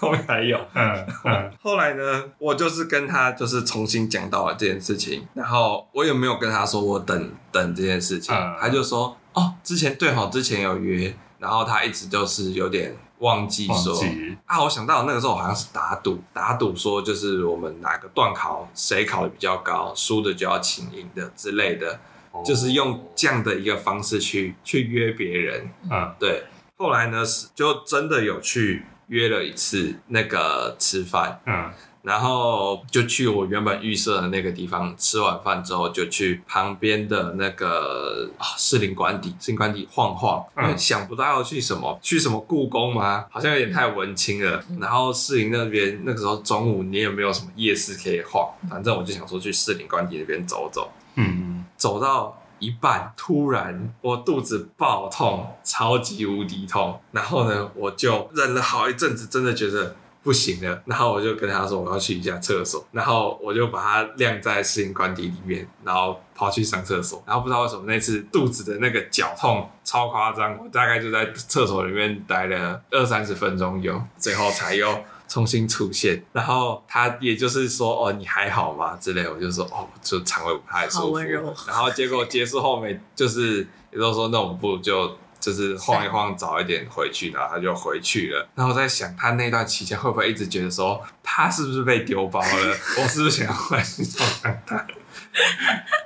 Speaker 1: 后面还有。
Speaker 3: 嗯嗯，
Speaker 1: 后来呢，我就是跟他就是重新讲到了这件事情，然后我也没有跟他说我等等这件事情，
Speaker 3: 嗯
Speaker 1: 他就说哦，之前对好之前有约，然后他一直就是有点忘记
Speaker 3: 忘
Speaker 1: 说
Speaker 3: 记
Speaker 1: 啊，我想到那个时候我好像是打赌，打赌说就是我们哪个段考谁考的比较高，输的就要请赢的之类的，
Speaker 3: 哦
Speaker 1: 就是用这样的一个方式去去约别人，
Speaker 3: 嗯
Speaker 1: 对，后来呢是就真的有去约了一次那个吃饭。
Speaker 3: 嗯
Speaker 1: 然后就去我原本预设的那个地方，吃完饭之后就去旁边的那个啊士林官邸，士林官邸晃晃，因
Speaker 3: 嗯
Speaker 1: 为想不到要去什么，去什么故宫吗？好像有点太文青了。然后士林那边那个时候中午你也没有什么夜市可以晃，反正我就想说去士林官邸那边走走，
Speaker 3: 嗯，
Speaker 1: 走到。一半，突然我肚子爆痛，超级无敌痛。然后呢，我就忍了好一阵子，真的觉得不行了。然后我就跟他说我要去一下厕所，然后我就把它晾在适应管体里面，然后跑去上厕所。然后不知道为什么那次肚子的那个绞痛超夸张，我大概就在厕所里面待了二三十分钟有，最后才又。重新出现，然后他也就是说哦，你还好吗之类，我就说哦，就肠胃不太舒服。
Speaker 2: 好温柔
Speaker 1: 然后结果结束后面就是也都说那我们不如就就是晃一晃，早一点回去，然后他就回去了。然后我在想，他那段期间会不会一直觉得说他是不是被丢包了，我是不是想要回去找他？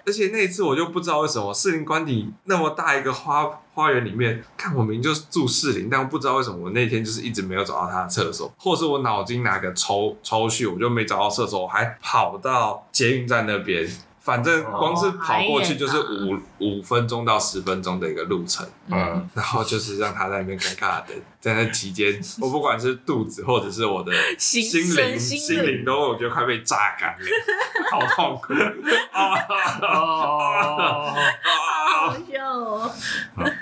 Speaker 1: 而且那一次我就不知道为什么士林官邸那么大一个花花园里面，看我明明就是住士林，但不知道为什么我那天就是一直没有找到他的厕所，或是我脑筋哪个抽抽去，我就没找到厕所，我还跑到捷运站那边。反正光是
Speaker 2: 哦
Speaker 1: 跑过去就是
Speaker 2: 还
Speaker 1: 五五分钟到十分钟的一个路程， *laughs*
Speaker 3: 嗯，
Speaker 1: 然后就是让他在那边尴尬的，在那期间，我不管是肚子或者是我的
Speaker 2: 心
Speaker 1: 心灵，
Speaker 2: 身心
Speaker 1: 心灵都我觉得快被榨干
Speaker 2: *laughs*
Speaker 1: 了，好痛苦啊！
Speaker 3: 哦，
Speaker 2: 好笑哦！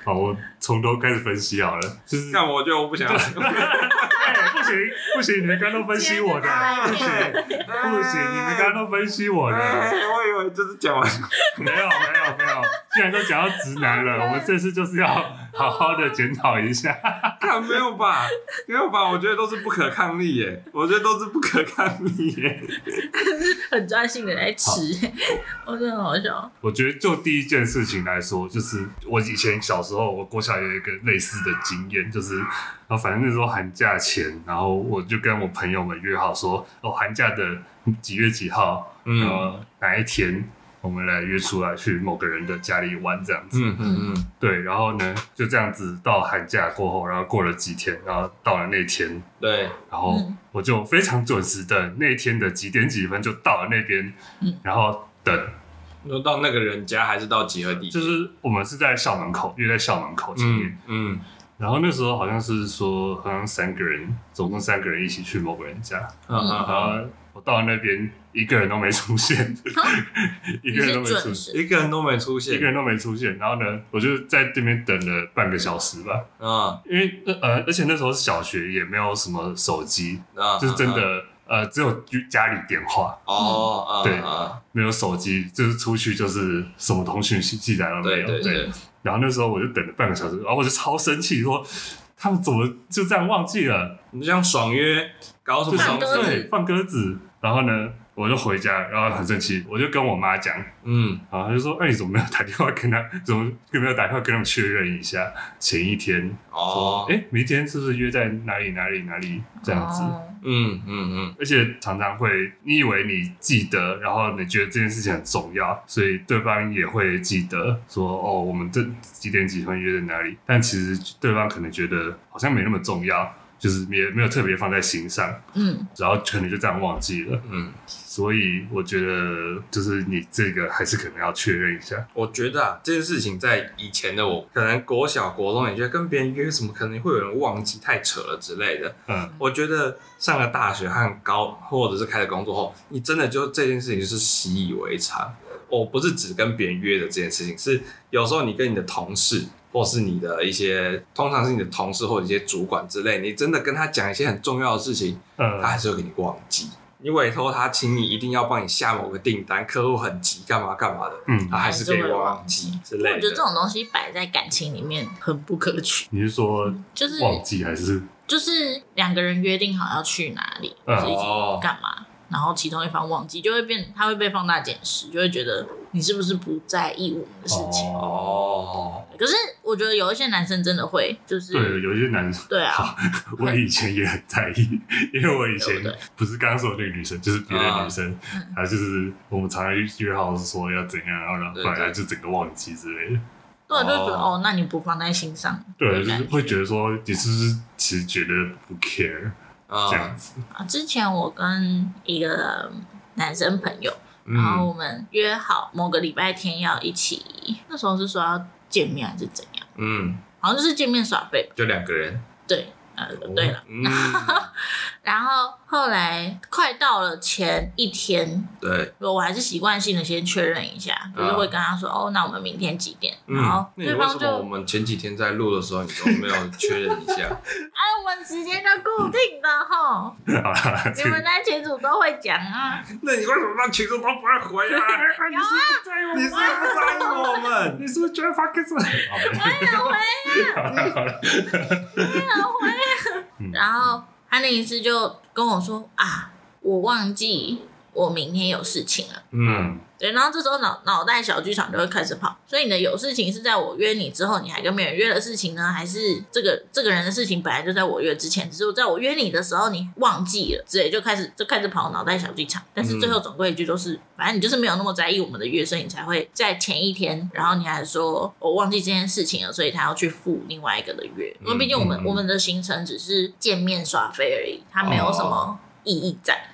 Speaker 3: 好，我从头开始分析好了，就是
Speaker 1: 但我就不想，
Speaker 3: 哎，不行不行，你们刚刚都分析我的，
Speaker 2: 天哪
Speaker 3: 不行不行，你们刚刚都分析我的
Speaker 1: 哎，我以为就是讲完，
Speaker 3: *laughs* 没有没有没有，既然都讲到直男了，我们这次就是要好好的检讨一下。 *laughs*
Speaker 1: 看没有吧，没有吧，我觉得都是不可抗力耶，我觉得都是不可抗力耶。
Speaker 2: *laughs* 很专心的在吃， *laughs* 我真的好笑。
Speaker 3: 我觉得就第一件事情来说，就是我以前小时候，我国小有一个类似的经验，就是啊，反正那时候寒假前，然后我就跟我朋友们约好说，哦，寒假的几月几号，
Speaker 1: 嗯
Speaker 3: 呃，哪一天我们来约出来去某个人的家里玩这样子。
Speaker 1: 嗯嗯嗯，
Speaker 3: 对，然后呢，就这样子到寒假过后，然后过了几天，然后到了那天，
Speaker 1: 对，
Speaker 3: 然后
Speaker 2: 嗯
Speaker 3: 我就非常准时的那天的几点几分就到了那边，
Speaker 2: 嗯
Speaker 3: 然后等。
Speaker 1: 说到那个人家还是到集合地，
Speaker 3: 就是我们是在校门口约在校门口前面，
Speaker 1: 嗯嗯
Speaker 3: 然后那时候好像是说，好像三个人，总共三个人一起去某个人家，
Speaker 1: 嗯嗯
Speaker 3: 然后我到那边一个人都没出现， *laughs* *laughs* 一
Speaker 2: 你
Speaker 3: 个人
Speaker 2: 是
Speaker 3: 都没出
Speaker 2: 准
Speaker 3: 现，
Speaker 2: 时，
Speaker 1: 一个人都没出
Speaker 3: 一
Speaker 1: 现
Speaker 3: 个，人都没出现。然后呢，我就在这边等了半个小时吧，
Speaker 1: 嗯
Speaker 3: 因为呃，而且那时候是小学，也没有什么手机，
Speaker 1: 嗯，
Speaker 3: 就是真的呃，只有家里电话。
Speaker 1: 哦，啊，
Speaker 3: 没有手机，就是出去就是什么通讯记记载都没
Speaker 1: 对
Speaker 3: 有。
Speaker 1: 对对，
Speaker 3: 然后那时候我就等了半个小时，然啊后我就超生气，说他们怎么就这样忘记了？
Speaker 1: 你就像爽约搞什么
Speaker 2: 放鸽
Speaker 1: 东
Speaker 2: 子
Speaker 1: 西？
Speaker 3: 对，放鸽子。然后呢，我就回家，然后很生气，我就跟我妈讲，
Speaker 1: 嗯
Speaker 3: 然后她就说：“哎、你怎么没有打电话跟他？怎么没有打电话跟他们确认一下？前一天说
Speaker 1: 哦，，
Speaker 3: 哎、明天是不是约在哪里哪里哪里这样子？”
Speaker 2: 哦
Speaker 1: 嗯嗯
Speaker 3: 而且常常会，你以为你记得，然后你觉得这件事情很重要，所以对方也会记得说哦，我们这几点几分约在哪里。但其实对方可能觉得好像没那么重要，就是也没有特别放在心上，
Speaker 2: 嗯，
Speaker 3: 然后可能就这样忘记了。
Speaker 1: 嗯嗯，
Speaker 3: 所以我觉得就是你这个还是可能要确认一下。
Speaker 1: 我觉得啊，这件事情在以前的我，可能国小、国中，你觉得跟别人约什么，可能会有人忘记，太扯了之类的。
Speaker 3: 嗯，
Speaker 1: 我觉得上了大学和高，或者是开始工作后，你真的就这件事情就是习以为常。我不是只跟别人约的这件事情，是有时候你跟你的同事，或是你的一些，通常是你的同事或者一些主管之类，你真的跟他讲一些很重要的事情，
Speaker 3: 呃
Speaker 1: 他还是会给你忘记。你委托他，请你一定要帮你下某个订单，客户很急，干嘛干嘛的，
Speaker 3: 嗯
Speaker 1: 他，还是给你忘
Speaker 2: 还
Speaker 1: 记
Speaker 2: 是
Speaker 1: 之
Speaker 2: 我
Speaker 1: 类的。
Speaker 2: 觉得这种东西摆在感情里面很不可取，
Speaker 3: 你是说
Speaker 2: 就是
Speaker 3: 忘记还是
Speaker 2: 就是两个人约定好要去哪里，
Speaker 3: 嗯
Speaker 2: 或者一起
Speaker 1: 哦，
Speaker 2: 干嘛，然后其中一方忘记，就会变，他会被放大检视，就会觉得你是不是不在意我们的事情。
Speaker 1: 哦，
Speaker 3: 哦，
Speaker 2: 可是我觉得有一些男生真的会，就是
Speaker 3: 对，有一些男生。
Speaker 2: 对啊，
Speaker 3: 我以前也很在意，因为我以前
Speaker 2: 对不对
Speaker 3: 不是刚刚说的那个女生，就是别的女生，
Speaker 2: 嗯
Speaker 3: 然后就是我们常常约好说要怎样，然后然后
Speaker 1: 对
Speaker 3: 后来
Speaker 1: 对
Speaker 3: 就整个忘记之类的。
Speaker 2: 对，就觉得
Speaker 1: 哦
Speaker 2: 哦，那你不放在心上，对
Speaker 3: 对，就是会觉得说你是不是其实觉得不 care 这样
Speaker 1: 嗯
Speaker 3: 子？
Speaker 2: 啊，之前我跟一个男生朋友，然后
Speaker 1: 嗯
Speaker 2: 我们约好某个礼拜天要一起，那时候是说要见面还是怎样，
Speaker 1: 嗯，
Speaker 2: 好像就是见面耍废吧。
Speaker 1: 就两个人，
Speaker 2: 对，呃，对了，
Speaker 1: 嗯，
Speaker 2: 然后后来快到了前一天，
Speaker 1: 对，
Speaker 2: *laughs* 我还是习惯性的先确认一下，就是会跟他说，哦，那我们明天几点？然后
Speaker 1: 啊嗯那你
Speaker 2: 对
Speaker 1: 为
Speaker 2: 方
Speaker 1: 什
Speaker 2: 就，
Speaker 1: 么我们前几天在录的时候，你都没有确认一下？
Speaker 2: 哎，我们时间都固定的吼，
Speaker 3: 好啦，
Speaker 2: 你
Speaker 3: 这个
Speaker 2: 们在群主都会讲啊。
Speaker 1: *laughs* 那你为什么让群众都不会回啊？
Speaker 3: 你是不在
Speaker 1: 你是不在乎我们？
Speaker 3: 你是不是觉得 fuck is？
Speaker 2: 我
Speaker 3: 好了好了，
Speaker 2: 啊
Speaker 3: 嗯
Speaker 2: 然后他那一次就跟我说啊，我忘记我明天有事情了。
Speaker 1: 嗯，
Speaker 3: 嗯，
Speaker 2: 对，然后这时候脑脑袋小剧场就会开始跑。所以你的有事情是在我约你之后，你还跟别人约的事情呢，还是这个这个人的事情本来就在我约之前，只是我在我约你的时候你忘记了，之类就开始就开始跑脑袋小剧场。但是
Speaker 3: 嗯
Speaker 2: 最后总归一句就是，反正你就是没有那么在意我们的约，所以你才会在前一天，然后你还说我忘记这件事情了，所以他要去赴另外一个的约。因为毕竟我们、
Speaker 3: 嗯嗯
Speaker 2: 我们的行程只是见面耍飞而已，它没有什
Speaker 3: 哦
Speaker 2: 么意义在。
Speaker 1: 啊，
Speaker 2: 嗯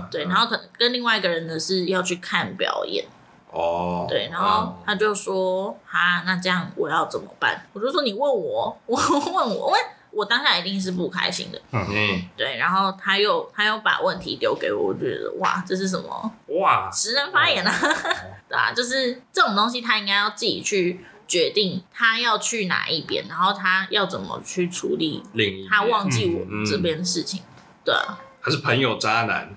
Speaker 2: 哦对，然后可能跟另外一个人的是要去看表演。
Speaker 1: 哦，
Speaker 2: 对，然后他就说：“哈，那这样我要怎么办？”我就说：“你问我，我 *laughs* 问我，问我当下一定是不开心的。
Speaker 1: 嗯”
Speaker 2: 对，然后他又他又把问题丢给我，我觉得哇，这是什么
Speaker 3: *laughs*
Speaker 1: 哇，
Speaker 2: 职能发言啊？
Speaker 1: 哦
Speaker 2: *laughs* 对啊，就是这种东西，他应该要自己去决定他要去哪一边，然后他要怎么去处理
Speaker 1: 另一
Speaker 2: 他
Speaker 1: 边
Speaker 2: 忘记我
Speaker 1: 嗯嗯
Speaker 2: 这边的事情。对啊，
Speaker 1: 他是朋友渣男，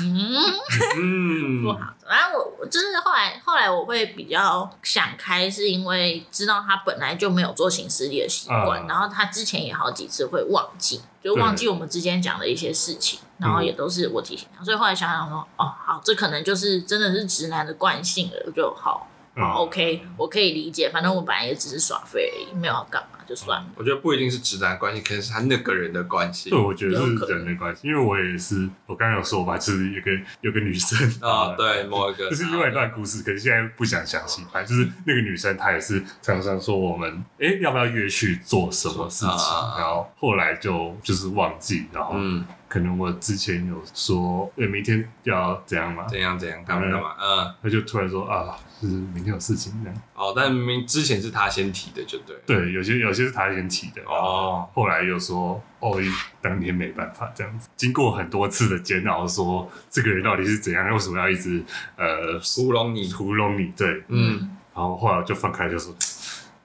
Speaker 2: 嗯。
Speaker 1: 嗯，
Speaker 2: 不好。反正我我就是后来后来我会比较想开，是因为知道他本来就没有做行事历的习惯，
Speaker 3: 嗯
Speaker 2: 然后他之前也好几次会忘记，就忘记我们之间讲的一些事情，然
Speaker 3: 嗯
Speaker 2: 后也都是我提醒他，所以后来想想说，哦，好，这可能就是真的是直男的惯性了，就好。
Speaker 3: 嗯
Speaker 2: OK，我可以理解，反正我本来也只是耍废而已，没有要干嘛，就算了。
Speaker 1: 我觉得不一定是直男关系，可能是他那个人的关系
Speaker 3: 对，。我觉得
Speaker 2: 有
Speaker 3: 是
Speaker 2: 可能
Speaker 3: 人的关系，因为我也是，我刚刚有说吧，就是有个有个女生
Speaker 1: 啊，对，某一个，
Speaker 3: *laughs* 就是另外一段故事，可是现在不想详细。反正就是那个女生，她也是常常说我们，哎、要不要约去做什么事情？
Speaker 1: 啊
Speaker 3: 然后后来就就是忘记，然后
Speaker 1: 嗯，
Speaker 3: 可能我之前有说，哎、明天要怎样嘛？
Speaker 1: 怎样怎样，干嘛干嘛，嗯，
Speaker 3: 她就突然说啊，就是明天有事情这样。
Speaker 1: 哦，但明明之前是他先提的，就对了，
Speaker 3: 对，有些有些是她先提的，然后
Speaker 1: 哦，
Speaker 3: 后来又说哦，当天没办法这样子。经过很多次的煎熬说这个人到底是怎样，为什么要一直呃
Speaker 1: 糊弄你，
Speaker 3: 糊弄你？对，
Speaker 1: 嗯，
Speaker 3: 然后后来我就放开，就说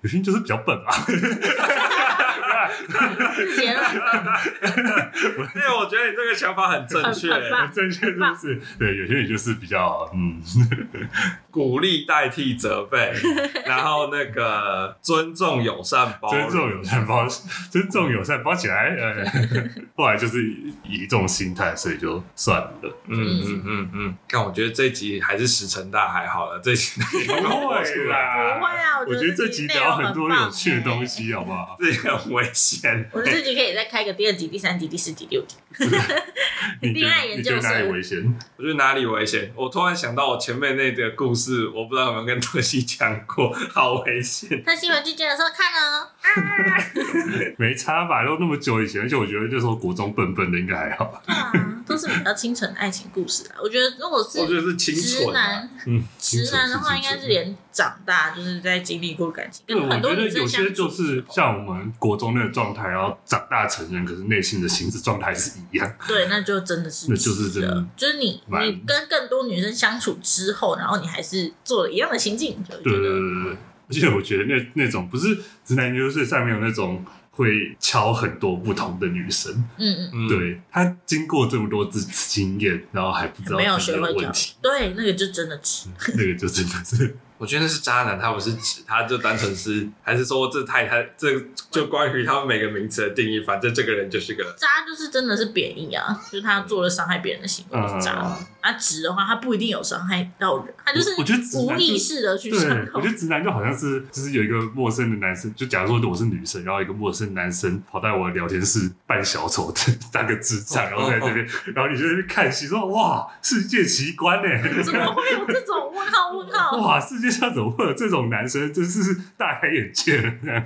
Speaker 3: 有些人就是比较笨吧。啊
Speaker 2: *laughs*
Speaker 3: *laughs*
Speaker 2: 嗯，结论
Speaker 1: *laughs* 因为我觉得你这个想法很正确，
Speaker 2: 很很棒
Speaker 3: 正确就是对，有些人就是比较嗯，
Speaker 1: *laughs* 鼓励代替责备，然后那个尊重、友善、包
Speaker 3: 尊
Speaker 1: 容，
Speaker 3: 重友善包，尊重友善包起来。呃， *laughs* 后来就是以这种心态，所以就算了。
Speaker 1: 嗯嗯嗯嗯。但我觉得这集还是石沉大海好了，这集 *laughs*
Speaker 2: 不会啊我觉
Speaker 3: 我
Speaker 2: 得
Speaker 3: 觉得这
Speaker 2: 这集
Speaker 3: 集
Speaker 2: 内
Speaker 3: 聊
Speaker 2: 容很
Speaker 3: 很多
Speaker 2: 棒
Speaker 3: 有趣
Speaker 2: 欸
Speaker 3: 的东西，好不
Speaker 2: *laughs*
Speaker 3: 好？
Speaker 1: 这个很危险。
Speaker 2: 我们自己可以再开个第二集、第三集、第四集、第五
Speaker 3: *laughs*
Speaker 2: 集。
Speaker 3: 你觉
Speaker 2: 恋爱
Speaker 3: 得
Speaker 2: 研
Speaker 3: 你
Speaker 2: 究
Speaker 3: 觉
Speaker 2: 生
Speaker 3: 得哪里危险？
Speaker 1: 我觉得哪里危险？我突然想到我前面那个故事，我不知道有没有跟 *laughs* 特西讲过，好危险。
Speaker 2: 那新闻剧见的时候看哦。
Speaker 3: 没差吧？都那么久以前，而且我觉得那时候国中笨笨的应该还好吧。
Speaker 2: 对啊，都是比较清纯的爱情故事啊。我觉得如果是
Speaker 3: 哦
Speaker 1: 我觉得是清
Speaker 2: 直
Speaker 1: 纯、啊
Speaker 2: 男，，
Speaker 3: 嗯，
Speaker 2: 直男的话应该
Speaker 3: 清楚
Speaker 2: 是连长大就是在经历过感情，
Speaker 3: 对，
Speaker 2: 跟
Speaker 3: 我
Speaker 2: 很多
Speaker 3: 觉得
Speaker 2: 女生
Speaker 3: 有
Speaker 2: 相
Speaker 3: 些就
Speaker 2: 处
Speaker 3: 是像我们国中那个状态，然后长大成人，可是内心的心智状态是一样。
Speaker 2: 对，那就真的是
Speaker 3: 那就是真的
Speaker 2: 直就是你
Speaker 3: 蛮
Speaker 2: 你跟更多女生相处之后，然后你还是做了一样的行径，就会
Speaker 3: 对
Speaker 2: 觉
Speaker 3: 对
Speaker 2: 得
Speaker 3: 对对对，而且我觉得那那种不是直男研究室上面有那种会敲很多不同的女生，
Speaker 2: 嗯嗯，
Speaker 1: 嗯，
Speaker 3: 对他经过这么多次经验，然后还不知道
Speaker 2: 没有
Speaker 3: 自己
Speaker 2: 学会
Speaker 3: 问
Speaker 2: 教
Speaker 3: 题，，嗯
Speaker 2: 对，那个就真的直。
Speaker 3: 那个就真的
Speaker 2: *laughs*
Speaker 3: 是
Speaker 1: 我觉得那是渣男，他不是指，他就单纯是，还是说这太太这就关于他们每个名词的定义，反正这个人就是个
Speaker 2: 渣就是真的是贬义啊，就是他做了伤害别人的行为就是渣。
Speaker 3: 嗯
Speaker 2: 啊，直的话，他不一定有伤害到人，他就是
Speaker 3: 我我觉得直
Speaker 2: 无
Speaker 3: 男就
Speaker 2: 意识的去
Speaker 3: 对
Speaker 2: 伤，
Speaker 3: 我
Speaker 2: 害
Speaker 3: 觉。得直男就好像是，就是有一个陌生的男生，就假如说我是女生，然后一个陌生男生跑到我的聊天室扮小丑的 *laughs* 当个智障，然后在那边，然后你就在那边看戏说哇，世界奇观欸呢、
Speaker 2: *laughs*
Speaker 3: *laughs*
Speaker 2: 怎么会有这种问号问
Speaker 1: 哦
Speaker 2: 号？
Speaker 3: 哇，世界上怎么会有这种男生？真是大开眼界了。 *laughs*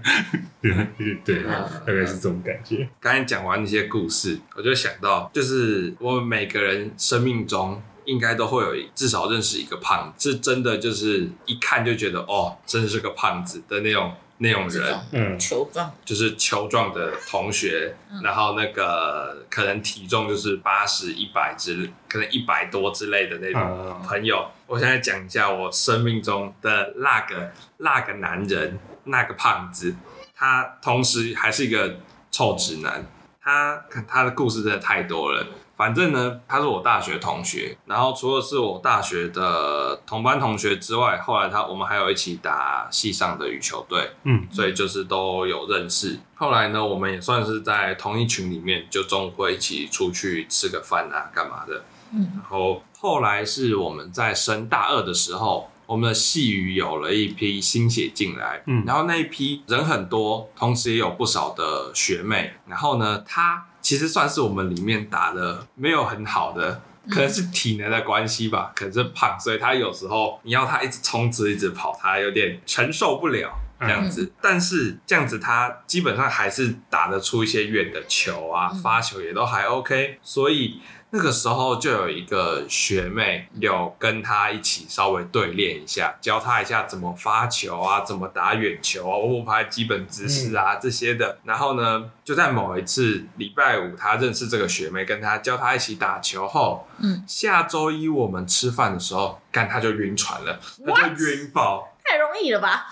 Speaker 3: 对对，啊大概是这种感觉。
Speaker 1: 刚才讲完那些故事，我就想到，就是我们每个人生命中应该都会有至少认识一个胖子，是真的就是一看就觉得哦，真的是个胖子的那种那种
Speaker 2: 这
Speaker 1: 人
Speaker 2: 种，
Speaker 3: 嗯，
Speaker 2: 球状
Speaker 1: 就是球状的同学，
Speaker 2: 嗯
Speaker 1: 然后那个可能体重就是八十、一百之，可能一百多之类的那种。
Speaker 3: 啊、
Speaker 1: 朋友，我现在讲一下我生命中的那个那个男人，那个胖子，他同时还是一个臭直男。他他的故事真的太多了。反正呢，他是我大学同学，然后除了是我大学的同班同学之外，后来他我们还有一起打系上的羽球队，
Speaker 3: 嗯，
Speaker 1: 所以就是都有认识。后来呢，我们也算是在同一群里面，就中午会一起出去吃个饭啊，干嘛的。
Speaker 2: 嗯，
Speaker 1: 然后后来是我们在升大二的时候，我们的系语有了一批新血进来，
Speaker 3: 嗯
Speaker 1: 然后那一批人很多，同时也有不少的学妹。然后呢，她其实算是我们里面打的没有很好的。可能是体能的关系吧，可能是胖，所以她有时候你要她一直冲刺、一直跑，她有点承受不了。这
Speaker 3: 嗯
Speaker 1: 样
Speaker 2: 嗯
Speaker 1: 子。但是这样子他基本上还是打得出一些远的球啊，
Speaker 2: 嗯
Speaker 1: 发球也都还 OK，所以。那个时候就有一个学妹有跟他一起稍微对练一下，教他一下怎么发球啊，怎么打远球啊，握拍基本姿势
Speaker 2: 嗯
Speaker 1: 啊、这些的。然后呢，就在某一次礼拜五，他认识这个学妹，跟他教他一起打球后，
Speaker 2: 嗯，
Speaker 1: 下周一我们吃饭的时候，干他就晕船了，他
Speaker 2: What？
Speaker 1: 就晕爆。
Speaker 2: 太容易了吧？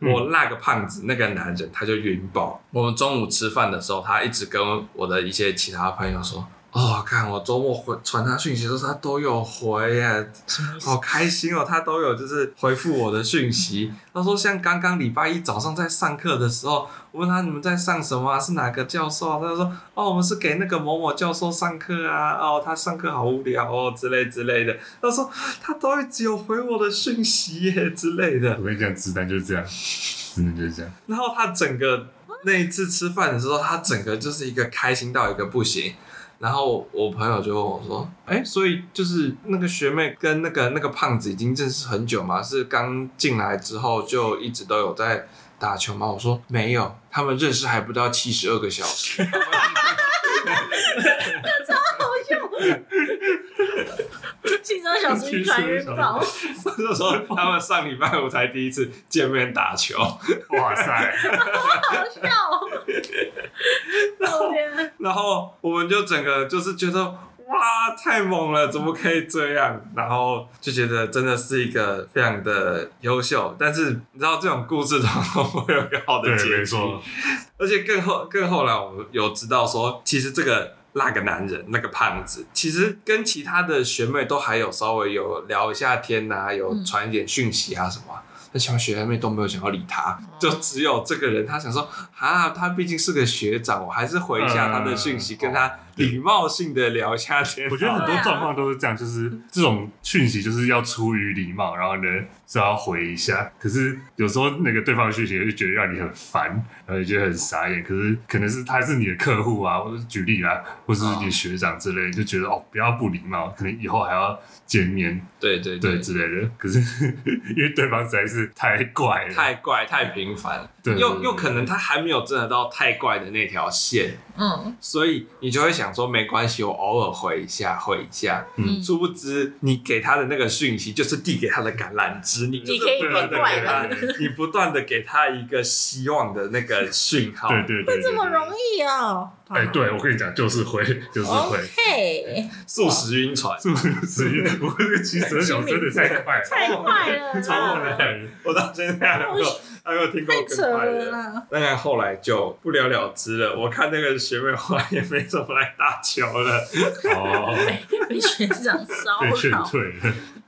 Speaker 3: 嗯
Speaker 1: 我那个胖子那个男人他就晕爆。我们中午吃饭的时候，他一直跟我的一些其他朋友说。哦，看我周末回传他讯息的时候，他都有回耶，
Speaker 2: 什么意
Speaker 1: 好
Speaker 2: *laughs* 思？
Speaker 1: 开心哦！他都有就是回复我的讯息。他说像刚刚礼拜一早上在上课的时候，我问他你们在上什么、啊，是哪个教授、啊？他就说哦，我们是给那个某某教授上课啊，哦，他上课好无聊哦，之类之类的。他说他都一直有回我的讯息耶之类的。
Speaker 3: 我跟你讲，直男就是这样，直男就是这样。
Speaker 1: 然后他整个那一次吃饭的时候，他整个就是一个开心到一个不行。然后我朋友就问我说：“哎、所以就是那个学妹跟那个那个胖子已经认识很久吗？是刚进来之后就一直都有在打球吗？”我说：“没有，他们认识还不到七十二个小时。
Speaker 2: 汽车小时晕船晕爆，
Speaker 1: 那时候他们上礼拜五才第一次见面打球。*laughs*
Speaker 3: 哇塞，
Speaker 2: 好笑哦！哦天，
Speaker 1: 然后我们就整个就是觉得哇，太猛了，怎么可以这样？然后就觉得真的是一个非常的优秀，但是你知道这种故事通常 *laughs* 会有一个好的
Speaker 3: 对，
Speaker 1: 结
Speaker 3: 没
Speaker 1: 局，
Speaker 3: 错，
Speaker 1: 而且更后更后来我们有知道说，其实这个。那个男人，那个胖子，其实跟其他的学妹都还有稍微有聊一下天呐、有
Speaker 2: 嗯
Speaker 1: 传一点讯息啊什么啊、那其他学妹都没有想要理他，
Speaker 3: 嗯
Speaker 1: 就只有这个人，他想说啊，他毕竟是个学长，我还是回一下他的讯息，
Speaker 3: 嗯
Speaker 1: 跟他礼貌性的聊一下天。
Speaker 3: 我觉得很
Speaker 1: 啊
Speaker 3: 多状况都是这样，就是这种讯息就是要出于礼貌，然后呢是要回一下。可是有时候那个对方的讯息就觉得让你很烦，然后你觉得很傻眼。可是可能是他是你的客户啊，或者举例啦，或是你的学长之类，就觉得哦不要不礼貌，可能以后还要见面
Speaker 1: 对对
Speaker 3: 对之类的。可是因为对方实在是太怪了，
Speaker 1: 太怪太频繁了，
Speaker 3: 对
Speaker 1: 又又可能他还没有真的到太怪的那条线，
Speaker 2: 嗯，
Speaker 1: 所以你就会想说没关系，我偶尔回一下，回一下。
Speaker 2: 嗯
Speaker 1: 殊不知你给他的那个讯息就是递给他的橄榄枝，你就是
Speaker 2: 你可以
Speaker 1: 不断的
Speaker 2: 怪
Speaker 1: 给他，你不断的给他一个希望的那个讯号。
Speaker 3: 对对对对，
Speaker 2: 这么容
Speaker 3: 易？
Speaker 2: 易哦！
Speaker 3: 哎，对我跟你讲，就是会，就是会。
Speaker 1: 哦
Speaker 2: OK，
Speaker 1: 素食晕船。
Speaker 3: 是不是？我这个骑蛇小真的太快了，
Speaker 2: *laughs* 太快
Speaker 1: *laughs*
Speaker 2: 了
Speaker 3: 超猛
Speaker 2: 啦，
Speaker 3: 的。
Speaker 1: 我到现在还没有还没有听过
Speaker 2: 太
Speaker 1: 更
Speaker 2: 扯
Speaker 1: 快
Speaker 2: 了
Speaker 1: 的。
Speaker 2: 啦！
Speaker 1: 当然后来就不了了之了。我看那个学妹后来也没怎么来打球了，
Speaker 3: 哦，
Speaker 2: 被学长骚
Speaker 3: *laughs* 被劝
Speaker 2: 扰，
Speaker 3: 退了。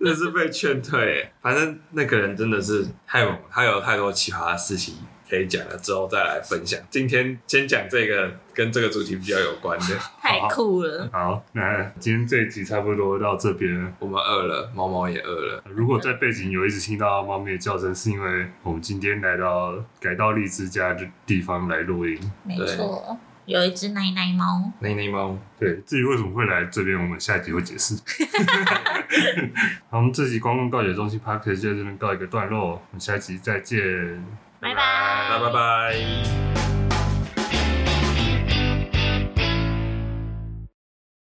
Speaker 1: 真的是被劝退、欸。反正那个人真的是太猛，他有太多奇葩的事情可以讲了，之后再来分享。今天先讲这个跟这个主题比较有关的。
Speaker 2: 太酷了！
Speaker 3: 好，那今天这一集差不多到这边了。
Speaker 1: 我们饿了，毛毛也饿了。
Speaker 3: 如果在背景有一直听到猫咪的叫声，是因为我们今天来到改到荔枝家的地方来录音。
Speaker 2: 没错，有一只奶奶猫，
Speaker 1: 内内猫，
Speaker 3: 对，至于为什么会来这边，我们下一集会解释。好，我们这集公共告解中心 p a r k 就在这边告一个段落，我们下一集再见。
Speaker 2: 拜
Speaker 1: 拜拜拜。